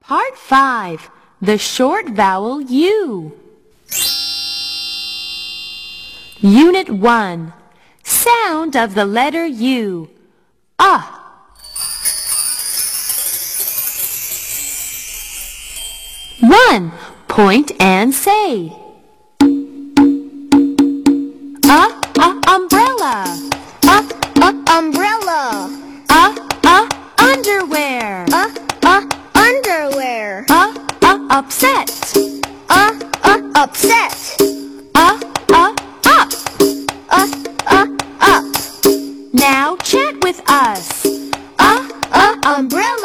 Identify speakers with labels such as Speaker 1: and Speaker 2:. Speaker 1: Part 5. The short vowel U. Unit 1. Sound of the letter U. Ah. One. Point and say. A, a umbrella. A, a umbrella. A, a underwear.
Speaker 2: Uh, uh, underwear.
Speaker 1: A, a upset.
Speaker 2: Uh, uh, upset.
Speaker 1: Uh, uh, up.
Speaker 2: Uh, uh, up.
Speaker 1: Now chant with us. Uh,
Speaker 2: Uh, umbrella.